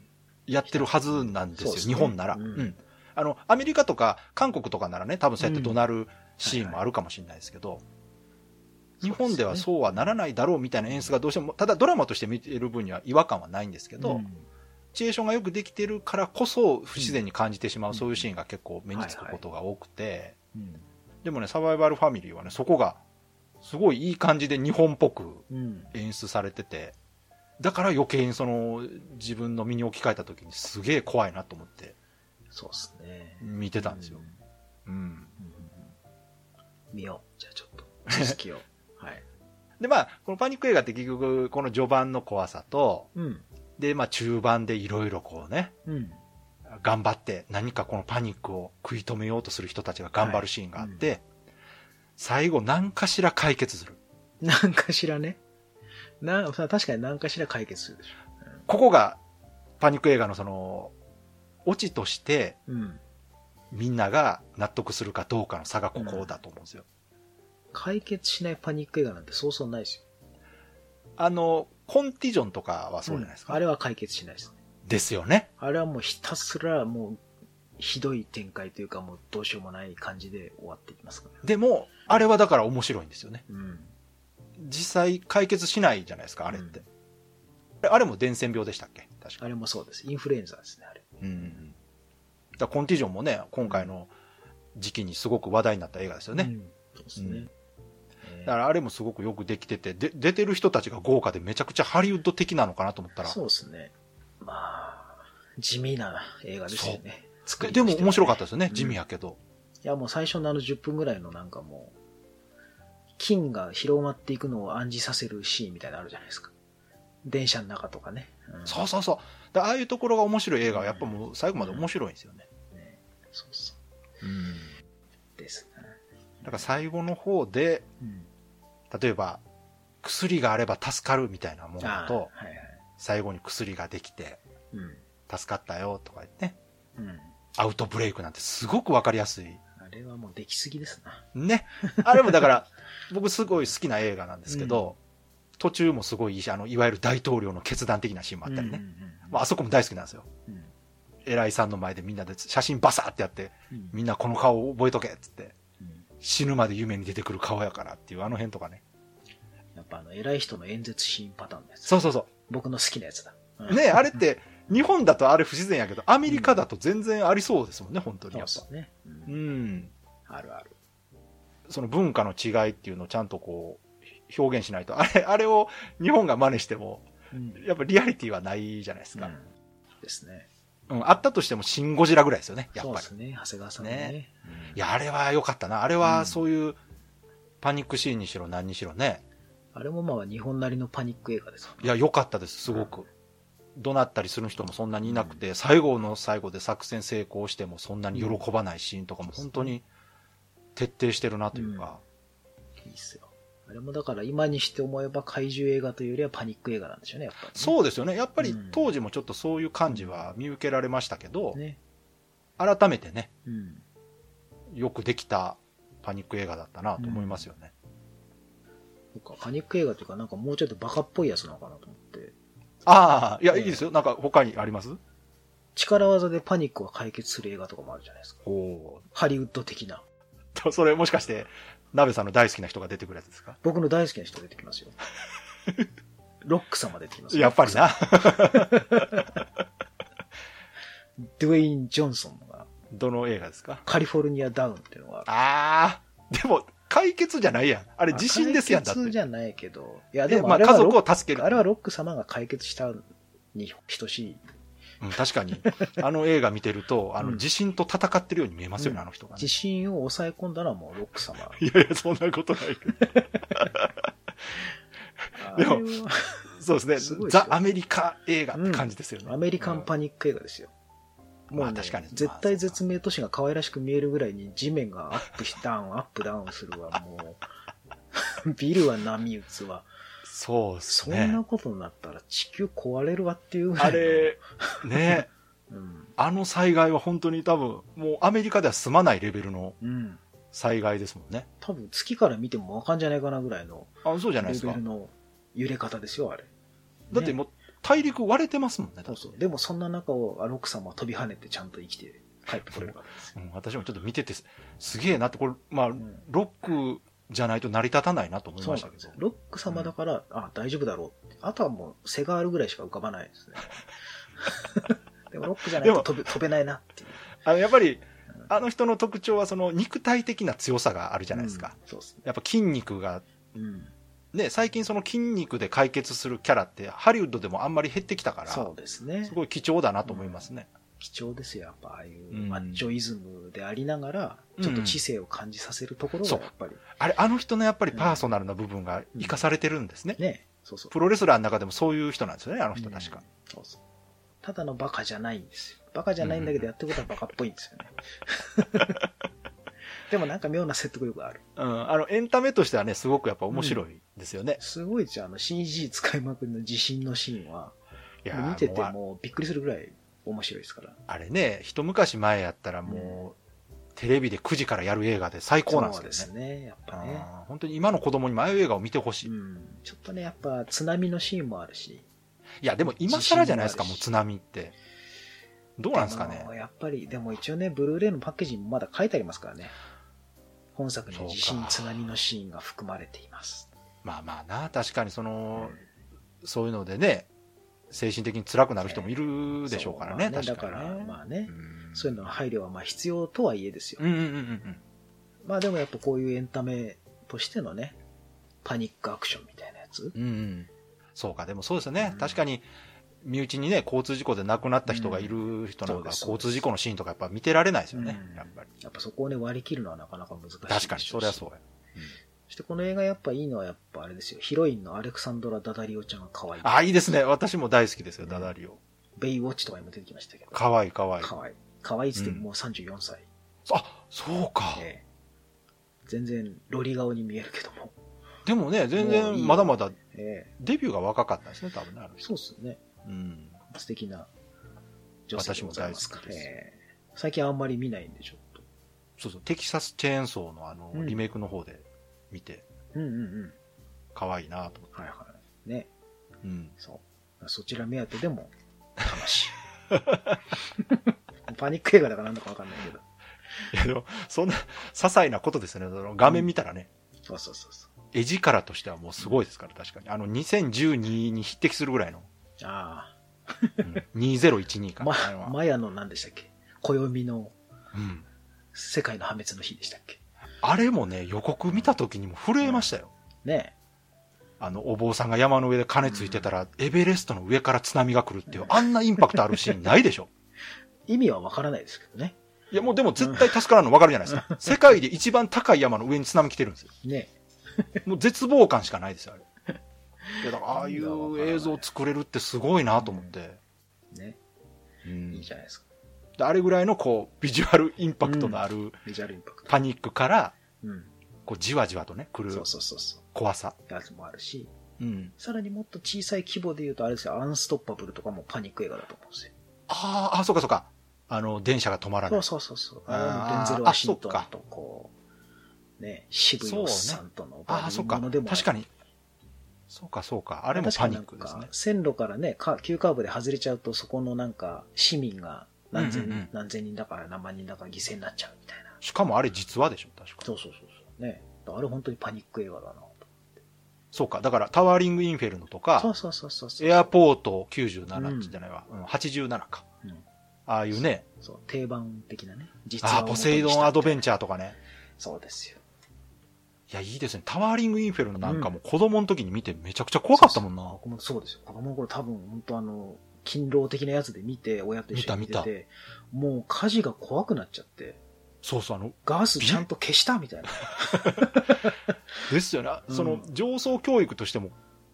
Speaker 1: やってるはずなんですよ。
Speaker 2: そうです
Speaker 1: 日
Speaker 2: ね
Speaker 1: 本なら、
Speaker 2: うん
Speaker 1: うんあの、アメリカとか韓国とかならね、多分そうやって怒鳴るシーンもあるかもしれないですけど、日本では
Speaker 2: う
Speaker 1: そうはならないだろうみたいな演出がどうしても、ただドラマとして見てる分には違和感はないんですけ
Speaker 2: で
Speaker 1: ど、
Speaker 2: うん
Speaker 1: シチュエーションがよくできてるからこそ不自然に感じてしまう、
Speaker 2: うん
Speaker 1: そういうシーンが結構目につくことが多くて、
Speaker 2: うん。
Speaker 1: でもね、サバイバルファミリーはね、そこが、すごいいい感じで日本っぽく
Speaker 2: うん。
Speaker 1: 演出されてて、だから余計にその、自分の身に置き換えた時にすげえ怖いなと思って
Speaker 2: そうですね。
Speaker 1: 見てたんですよ
Speaker 2: う。
Speaker 1: うん。
Speaker 2: うんうんうん見よう。じゃあちょっと、知識を。 はい。
Speaker 1: で、まあ、このパニック映画って結局、この序盤の怖さと、
Speaker 2: うん。
Speaker 1: で、まあ中盤でいろいろこうね、
Speaker 2: うん。
Speaker 1: 頑張って何かこのパニックを食い止めようとする人たちが頑張るシーンがあって、最後何かしら解決する。
Speaker 2: なんかしらね。な、さ確かに何かしら解決するでしょ。
Speaker 1: ここがパニック映画のその、オチとして
Speaker 2: うん。
Speaker 1: みんなが納得するかどうかの差がここだと思うんですよ。
Speaker 2: 解決しないパニック映画なんてそうそうないですよ。
Speaker 1: あの、コンティジョンとかはそうじゃないですか。
Speaker 2: んあれは解決しないですね。
Speaker 1: ですよね。
Speaker 2: あれはもうひたすらもう、ひどい展開というかもうどうしようもない感じで終わっていきますから。
Speaker 1: でも、あれはだから面白いんですよね。
Speaker 2: うん。
Speaker 1: 実際解決しないじゃないですか、あれって。あれも伝染病でしたっけ確か。
Speaker 2: あれもそうです。インフルエンザですね、あれ。
Speaker 1: うんうんうん。だからコンティジョンもね、今回の時期にすごく話題になった映画ですよね。
Speaker 2: うん。そうですね。えー
Speaker 1: だからあれもすごくよくできてて、で出てる人たちが豪華でめちゃくちゃハリウッド的なのかなと思ったら、
Speaker 2: そうですね。まあ、地味な映画ですよね。作。
Speaker 1: でも面白かったたですよね、
Speaker 2: うん
Speaker 1: 地味やけど。
Speaker 2: いや、もう最初のあの10分ぐらいのなんかもう、金が広まっていくのを暗示させるシーンみたいなのあるじゃないですか。電車の中とかね。うん
Speaker 1: そうそうそう。だからああいうところが面白い映画はやっぱもう最後まで面白いんですよね。
Speaker 2: ねそうそ
Speaker 1: うん
Speaker 2: う。ですね。
Speaker 1: だから最後の方で、
Speaker 2: うん。
Speaker 1: 例えば、薬があれば助かるみたいなもの
Speaker 2: ああ、
Speaker 1: と、
Speaker 2: はいはい。
Speaker 1: 最後に薬ができて、
Speaker 2: うん。
Speaker 1: 助かったよとか言ってね、
Speaker 2: うん。
Speaker 1: アウトブレイクなんてすごくわかりやすい。
Speaker 2: あれはもうできすぎですな。
Speaker 1: ね。あれもだから、僕すごい好きな映画なんですけど、途中もすごいいいし、あの、いわゆる大統領の決断的なシーンもあったりね。まあ、あそこも大好きなんですよ。
Speaker 2: うんうん
Speaker 1: 偉いさんの前でみんなで写真バサーってやって、
Speaker 2: うん。
Speaker 1: みんなこの顔を覚えとけっつって、
Speaker 2: うん
Speaker 1: 死ぬまで夢に出てくる顔やからっていう、あの辺とかね。
Speaker 2: やっぱあの、偉い人の演説シーンパターンのやつ。
Speaker 1: そうそうそ
Speaker 2: 僕の好きなやつだ。う
Speaker 1: う。
Speaker 2: ん
Speaker 1: ねあれっ、て、日本だとあれ不自然やけど、アメリカだと全然ありそうですもんね、本当に
Speaker 2: そう
Speaker 1: やっ
Speaker 2: です
Speaker 1: ぱ。
Speaker 2: ね。う
Speaker 1: うんん。
Speaker 2: あるある。
Speaker 1: その文化の違いっていうのをちゃんとこう、表現しないと、あれ、あれを日本が真似しても、
Speaker 2: うん
Speaker 1: やっぱリアリティはないじゃないですか。
Speaker 2: うんですね。
Speaker 1: うん、あったとしても、シン・ゴジラぐらいですよね、や
Speaker 2: そ
Speaker 1: っ
Speaker 2: う
Speaker 1: ぱ
Speaker 2: で
Speaker 1: り
Speaker 2: す。ね。長谷川さんのね。うん
Speaker 1: いや、あれは良かったな。あれは、そういう、パニックシーンにしろ、何にしろね。
Speaker 2: あれもまあ日本なりのパニック映画ですもん
Speaker 1: いや、良かったです、すごく。怒鳴ったりする人もそんなにいなくて、最後の最後で作戦成功しても、そんなに喜ばないシーンとかも、本当に、徹底してるなというか。
Speaker 2: いいっすよ。あれもだから今にして思えば怪獣映画というよりはパニック映画なんでしょうね、やっぱりね、
Speaker 1: そうですよね。やっぱり
Speaker 2: うん
Speaker 1: 当時もちょっとそういう感じは見受けられましたけど、
Speaker 2: ね。
Speaker 1: 改めてね、
Speaker 2: うん。
Speaker 1: よくできたパニック映画だったなと思いますよね。
Speaker 2: そっか、パニック映画というかなんかもうちょっとバカっぽいやつなのかなと思って。
Speaker 1: ああ、いや、
Speaker 2: ええ
Speaker 1: いいですよ。なんか他にあります
Speaker 2: 力技でパニックが解決する映画とかもあるじゃないですか。
Speaker 1: お
Speaker 2: ハリウッド的な。
Speaker 1: ー それもしかして、鍋さんの大好きな人が出てくるやつですか
Speaker 2: 僕の大好きな人出てきま すよ。ロック様出てきますよ
Speaker 1: やっぱり。な。
Speaker 2: ドゥエイン・ジョンソンが
Speaker 1: どの映画ですか
Speaker 2: カリフォルニアダウンっていうのがある。
Speaker 1: ああ、でも解決じゃないやん。あれ地震ですやん、だっ
Speaker 2: 解決
Speaker 1: て。
Speaker 2: じゃないけど。いや、
Speaker 1: で
Speaker 2: で
Speaker 1: ま
Speaker 2: もあ
Speaker 1: あ
Speaker 2: れ
Speaker 1: 家
Speaker 2: はロ
Speaker 1: 族
Speaker 2: ッ
Speaker 1: を助け
Speaker 2: ク、
Speaker 1: る。
Speaker 2: あれはロック様が解決したに等しい。
Speaker 1: うん確か に。あの映画見てると、あ
Speaker 2: う
Speaker 1: の
Speaker 2: ん
Speaker 1: 地震と戦ってるように見えますよね、
Speaker 2: うん
Speaker 1: あの人がね、
Speaker 2: 自信を抑え込んだのはもうロック様。
Speaker 1: いやいや、そんなことない。
Speaker 2: あ
Speaker 1: でも
Speaker 2: れは
Speaker 1: そうですね。
Speaker 2: すごいですよ
Speaker 1: ザ・アメリカ映画って感じですよね。
Speaker 2: アメリカンパニック映画ですよ。
Speaker 1: うん
Speaker 2: もうね、
Speaker 1: まあ確かに
Speaker 2: 絶対絶命都市が可愛らしく見えるぐらいに地面がアップし、ダウン、アップダウンするわ、も う。ビルは波打つわ。
Speaker 1: そうです
Speaker 2: そ
Speaker 1: ね。
Speaker 2: んなことになったら地球壊れるわっていうぐらい
Speaker 1: あ
Speaker 2: の
Speaker 1: れ、ね、
Speaker 2: うん。
Speaker 1: あの災害は本当に多分、もうアメリカでは済まないレベルの
Speaker 2: うん。
Speaker 1: 災害ですもんね。
Speaker 2: 多分月から見てもわかんじゃないかなぐらいの
Speaker 1: あそうじゃない
Speaker 2: レ
Speaker 1: です
Speaker 2: ベ
Speaker 1: か
Speaker 2: ル。の揺れ方ですよ、あれ。
Speaker 1: だってもう大陸割れてますもんね。
Speaker 2: そうそう。でもそんな中をあロク様は飛び跳ねてちゃんと生きて帰ってこれるわけですよ。
Speaker 1: うん私もちょっと見ててす、すげえなって、これ、まあ、
Speaker 2: ん
Speaker 1: ロックじゃないと成り立たないなと思い
Speaker 2: そ
Speaker 1: ま
Speaker 2: うな
Speaker 1: した
Speaker 2: ん
Speaker 1: け
Speaker 2: で
Speaker 1: ど
Speaker 2: すよ。。ロック様だから、あ、大丈夫だろうって。あとはもう、背があるぐらいしか浮かばない ですね。でもロックじゃない
Speaker 1: で
Speaker 2: と
Speaker 1: も
Speaker 2: 飛べ飛べないなっていう。
Speaker 1: あのやっぱり、あの人の特徴はその肉体的な強さがあるじゃないですか。
Speaker 2: うん。そうですね。
Speaker 1: やっぱ筋肉が、
Speaker 2: うん。
Speaker 1: ね、最近その筋肉で解決するキャラって、ハリウッドでもあんまり減ってきたから、
Speaker 2: そうですね
Speaker 1: す。ごい貴重だなと思いますね。
Speaker 2: 貴重ですよ。やっぱ、ああいう
Speaker 1: うん
Speaker 2: マッチョイズムでありながら、
Speaker 1: うん
Speaker 2: ちょっと知性を感じさせるところが、
Speaker 1: そう
Speaker 2: やっぱり、
Speaker 1: あれ、あの人のやっぱりパーソナルな部分が活かされてるんですね。
Speaker 2: ね。そうそう。
Speaker 1: プロレスラーの中でもそういう人なんですよね、あの人確
Speaker 2: う
Speaker 1: か
Speaker 2: ん。。そうそう。ただのバカじゃないんですよ。バカじゃないんだけど、やってることはバカっぽいんですよね。 でもなんか妙な説得力がある。
Speaker 1: うん。あの、エンタメとしてはね、すごくやっぱ面白いですよね。
Speaker 2: すごいじゃん、あの CG 使いまくりの地震のシーンは、
Speaker 1: いやー
Speaker 2: 見てて
Speaker 1: うあ
Speaker 2: もうびっくりするぐらい面白いですから。
Speaker 1: あれね、一昔前やったらもう、テレビで9時からやる映画で最高なんですけどね。
Speaker 2: そうですね、やっぱね。
Speaker 1: あー本当に今の子供にもああいう映画を見てほしい。
Speaker 2: う
Speaker 1: い
Speaker 2: ん。ちょっとね、やっぱ津波のシーンもあるし。
Speaker 1: や、でも今更じゃないですか、もう津
Speaker 2: 自信
Speaker 1: 波って。どうなんですかね
Speaker 2: あ。のやっぱり、でも一応ね、ブルーレイのパッケージにもまだ書いてありますからね。本作には地
Speaker 1: そう
Speaker 2: 震、
Speaker 1: か
Speaker 2: 津波のシーンが含まれています。
Speaker 1: まあまあな、確かにその、
Speaker 2: うん
Speaker 1: そういうのでね、精神的に辛くなる人もいるでしょうからね、
Speaker 2: そうまあ
Speaker 1: 確かにね、
Speaker 2: だから、まあね、
Speaker 1: うん
Speaker 2: そういうのの配慮はまあ必要とはいえですよ。
Speaker 1: うんうんうんうん
Speaker 2: まあでもやっぱこういうエンタメとしてのね、パニックアクションみたいなやつ。
Speaker 1: うん。うんうん。そうか、でもそうですよね。
Speaker 2: うん
Speaker 1: 確かに、身内にね、交通事故で亡くなった人がいる人なん
Speaker 2: うんそう
Speaker 1: か、
Speaker 2: です
Speaker 1: 交通事故のシーンとかやっぱ見てられないですよね、
Speaker 2: うん
Speaker 1: やっぱり。
Speaker 2: やっぱそこをね、割り切るのはなかなか難しいでしょうし
Speaker 1: 確かに、それはそうや。
Speaker 2: そしてこの映画やっぱいいのはやっぱあれですよ。ヒロインのアレクサンドラ・ダダリオちゃんが可愛い。
Speaker 1: ああ、いいですね。私も大好きですよ、
Speaker 2: うん
Speaker 1: ダダリオ。
Speaker 2: ベイウォッチとかにも出てきましたけど。
Speaker 1: かわいいかわいい。
Speaker 2: 可愛い。可愛いっつってももう34歳。
Speaker 1: あ、そうか。
Speaker 2: ええ全然ロリ顔に見えるけども。
Speaker 1: でもね、全
Speaker 2: もういい
Speaker 1: 然
Speaker 2: よ
Speaker 1: まだまだ
Speaker 2: ええ
Speaker 1: デビューが若かったですね、多分ね、あの人。
Speaker 2: そうっすね。
Speaker 1: うん。
Speaker 2: 素敵な女性でございますから
Speaker 1: 私も大好きです
Speaker 2: ええ最近あんまり見ないんでちょっと。
Speaker 1: そうそう、テキサスチェーンソーのあの
Speaker 2: う、ん
Speaker 1: リメイクの方で見て、
Speaker 2: うんうんうん。
Speaker 1: 可愛いなと思って。
Speaker 2: はいはい。ね。
Speaker 1: うん。
Speaker 2: そう。そちら目当てでも楽し い。パニック映画だからなんだかわかんないけど。
Speaker 1: いや、でも、そんな、些細なことですよね。その画面見たらね、
Speaker 2: そうそうそうそう。
Speaker 1: 絵力としてはもうすごいですから、確かに。あの、2012に匹敵するぐらいの、
Speaker 2: あ
Speaker 1: うん、2012
Speaker 2: あ。
Speaker 1: か。
Speaker 2: ま
Speaker 1: あれは、
Speaker 2: マヤの何でしたっけ暦の
Speaker 1: うん。
Speaker 2: 世界の破滅の日でしたっけ
Speaker 1: あれもね、予告見た時にも震えましたよ。
Speaker 2: ね
Speaker 1: あの、お坊さんが山の上で金ついてたら、エベレストの上から津波が来るっていう、あんなインパクトあるシーンないでしょ。
Speaker 2: え。意味はわからないですけどね。
Speaker 1: いや、もうでも絶対助からんの分かるじゃないですか。世界で一番高い山の上に津波来てるんですよ。
Speaker 2: ね
Speaker 1: もう絶望感しかないです よ、あれ。いや、だからああいう映像作れるってすごいなと思って。
Speaker 2: ね。
Speaker 1: うん
Speaker 2: いいじゃないですか。
Speaker 1: であれぐらいのこう、ビジュアルインパクトのある
Speaker 2: ビジュアルインパクト。
Speaker 1: パニックから、
Speaker 2: うん。
Speaker 1: こう、じわじわとね、来
Speaker 2: そ
Speaker 1: る
Speaker 2: うそうそうそう。
Speaker 1: 怖さ。
Speaker 2: やつもあるし、
Speaker 1: うん。
Speaker 2: さらにもっと小さい規模で言うと、あれですよ、アンストッパブルとかもパニック映画だと思うんですよ。
Speaker 1: ああ、あ、そうかそうか。あの、電車が止まらな
Speaker 2: そ。
Speaker 1: いう
Speaker 2: そうそうそう。
Speaker 1: あー
Speaker 2: あのデンゼル・ワシントンとこう、ね、渋いおっさんとの
Speaker 1: ああ、そ
Speaker 2: そう
Speaker 1: か。
Speaker 2: のでも
Speaker 1: 確かに。そうか、そうか。あれもパニックです
Speaker 2: 確かになん
Speaker 1: ね
Speaker 2: か。線路からね、か急カーブで外れちゃうと、そこのなんか、市民が何千,、
Speaker 1: うんうんうん
Speaker 2: 何千人だから何万人だから犠牲になっちゃうみたいな。
Speaker 1: しかもあれ実話でしょ、確か。
Speaker 2: そうそうそうそう。ね。あれ本当にパニック映画だな
Speaker 1: そうか。だから、タワーリングインフェルノとか、
Speaker 2: と。そうそうそうそうそう。
Speaker 1: エアポート97
Speaker 2: うん
Speaker 1: じゃないわ、うん、87か、
Speaker 2: うん
Speaker 1: ああいうね、
Speaker 2: そう、定番的なね。実
Speaker 1: ああ、ポセイドンアドベン
Speaker 2: チ
Speaker 1: チャーとかね。
Speaker 2: ャー。そうですよ。
Speaker 1: いや、いいですね。タワーリングインフェルノなんかも子供の時に見てめちゃくちゃ怖かったもんな。
Speaker 2: そうそう僕もそうですよ。子供の頃多分、本当あの、勤労的なやつで見て、親と一緒に見て
Speaker 1: 見た
Speaker 2: て、もう火事が怖くなっちゃって、
Speaker 1: そうそう、あの、
Speaker 2: ガスちゃんと消したみたいな。
Speaker 1: ですよね。あ
Speaker 2: うん
Speaker 1: その、上層教育としても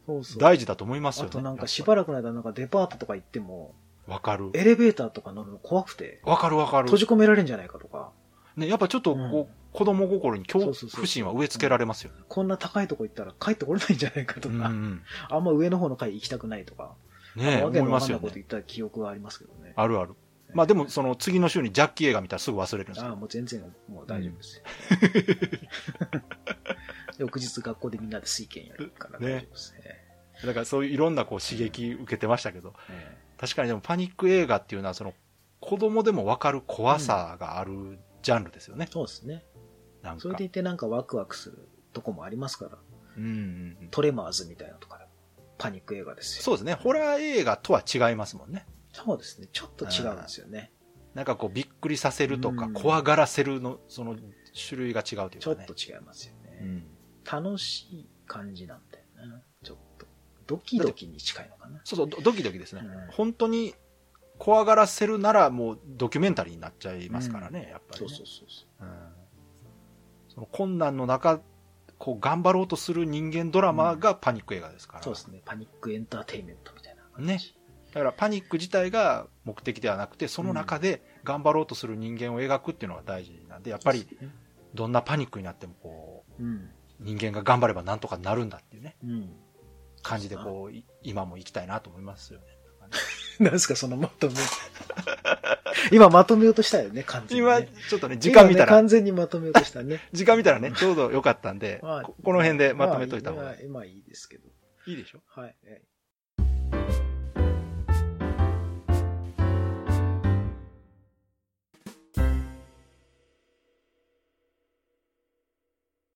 Speaker 2: そうそ
Speaker 1: 大事だと思いますよ
Speaker 2: あ
Speaker 1: ね。
Speaker 2: となんかしば
Speaker 1: ら
Speaker 2: らくの間なんかデパートとか行っても、
Speaker 1: く。わかる。
Speaker 2: エレベーターとか乗るの怖くて、
Speaker 1: わかるわかる
Speaker 2: 閉。じ込められるんじゃないかとか、
Speaker 1: ね、やっぱちょっと、こう、
Speaker 2: うん
Speaker 1: 子供心に恐
Speaker 2: そうそうそう
Speaker 1: 怖心は植え付けられますよね。
Speaker 2: こんな高いとこ行ったら帰ってこれないんじゃないかと
Speaker 1: う
Speaker 2: か、
Speaker 1: んうん。
Speaker 2: あんま上の方の階行きたくないとか、
Speaker 1: ね
Speaker 2: わけ
Speaker 1: 思い
Speaker 2: の
Speaker 1: ま
Speaker 2: わかん
Speaker 1: す
Speaker 2: ない
Speaker 1: よ
Speaker 2: こと
Speaker 1: ね。
Speaker 2: 言った記憶がありますけどね。
Speaker 1: あるある。まあでも、その、次の週にジャッキー映画見たらすぐ忘れるんです
Speaker 2: ああ、
Speaker 1: よ。
Speaker 2: もう全然、もう大丈夫 ですよ。翌日学校でみんなで水拳やるから大丈夫ですね。
Speaker 1: だからそういういろんなこう刺激受けてましたけど、
Speaker 2: え
Speaker 1: 確かにでもパニック映画っていうのはその子供でもわかる怖さがあるジャンルですよね
Speaker 2: え。そうですね。
Speaker 1: なんか。
Speaker 2: それでいてなんかワクワクするとこもありますから、
Speaker 1: うんうんうん
Speaker 2: トレマーズみたいなのとかでもパニック映画ですよ。
Speaker 1: そうですね。ホラー映画とは違いますもんね。
Speaker 2: そうですね。ちょっと違うんですよね。
Speaker 1: なんかこうびっくりさせるとか
Speaker 2: うん
Speaker 1: 怖がらせるのその種類が違うという
Speaker 2: ちょ
Speaker 1: かね
Speaker 2: っと。違いますよ
Speaker 1: う
Speaker 2: ね。
Speaker 1: ん
Speaker 2: 楽しい感じなんだよな。ちょっと。ドキドキに近いのかな。
Speaker 1: そうそう、ドドキドキですね
Speaker 2: うん。
Speaker 1: 本当に怖がらせるならもうドキュメンタリーになっちゃいますからね、やっぱり
Speaker 2: そ
Speaker 1: ね。
Speaker 2: うそうそうそう。
Speaker 1: うんその困難の中こう頑張ろうとする人間ドラマがパニック映画ですから。
Speaker 2: そうですね。パニックエンターテインメントみたいな感じ。
Speaker 1: ねだからパニック自体が目的ではなくて、その中で頑張ろうとする人間を描くっていうのが大事なんで、やっぱり
Speaker 2: そうですね。
Speaker 1: どんなパニックになってもこう、
Speaker 2: うん。
Speaker 1: 人間が頑張ればなんとかなるんだっていうね、
Speaker 2: うん。
Speaker 1: 感じでこう、い今も生きたいなと思いますよね。
Speaker 2: なんですか、そのまとめ。今まとめようとしたよね、完全にね、
Speaker 1: 今、ちょっとね、時間見たら、
Speaker 2: 今ね完全にまとめようとした ね。
Speaker 1: 時間見たらね、 ちょうど良かったんで、
Speaker 2: まあ
Speaker 1: ここの辺でまとめといた方
Speaker 2: まあ
Speaker 1: が
Speaker 2: 今今いいですけど。
Speaker 1: いいでしょ
Speaker 2: はい。え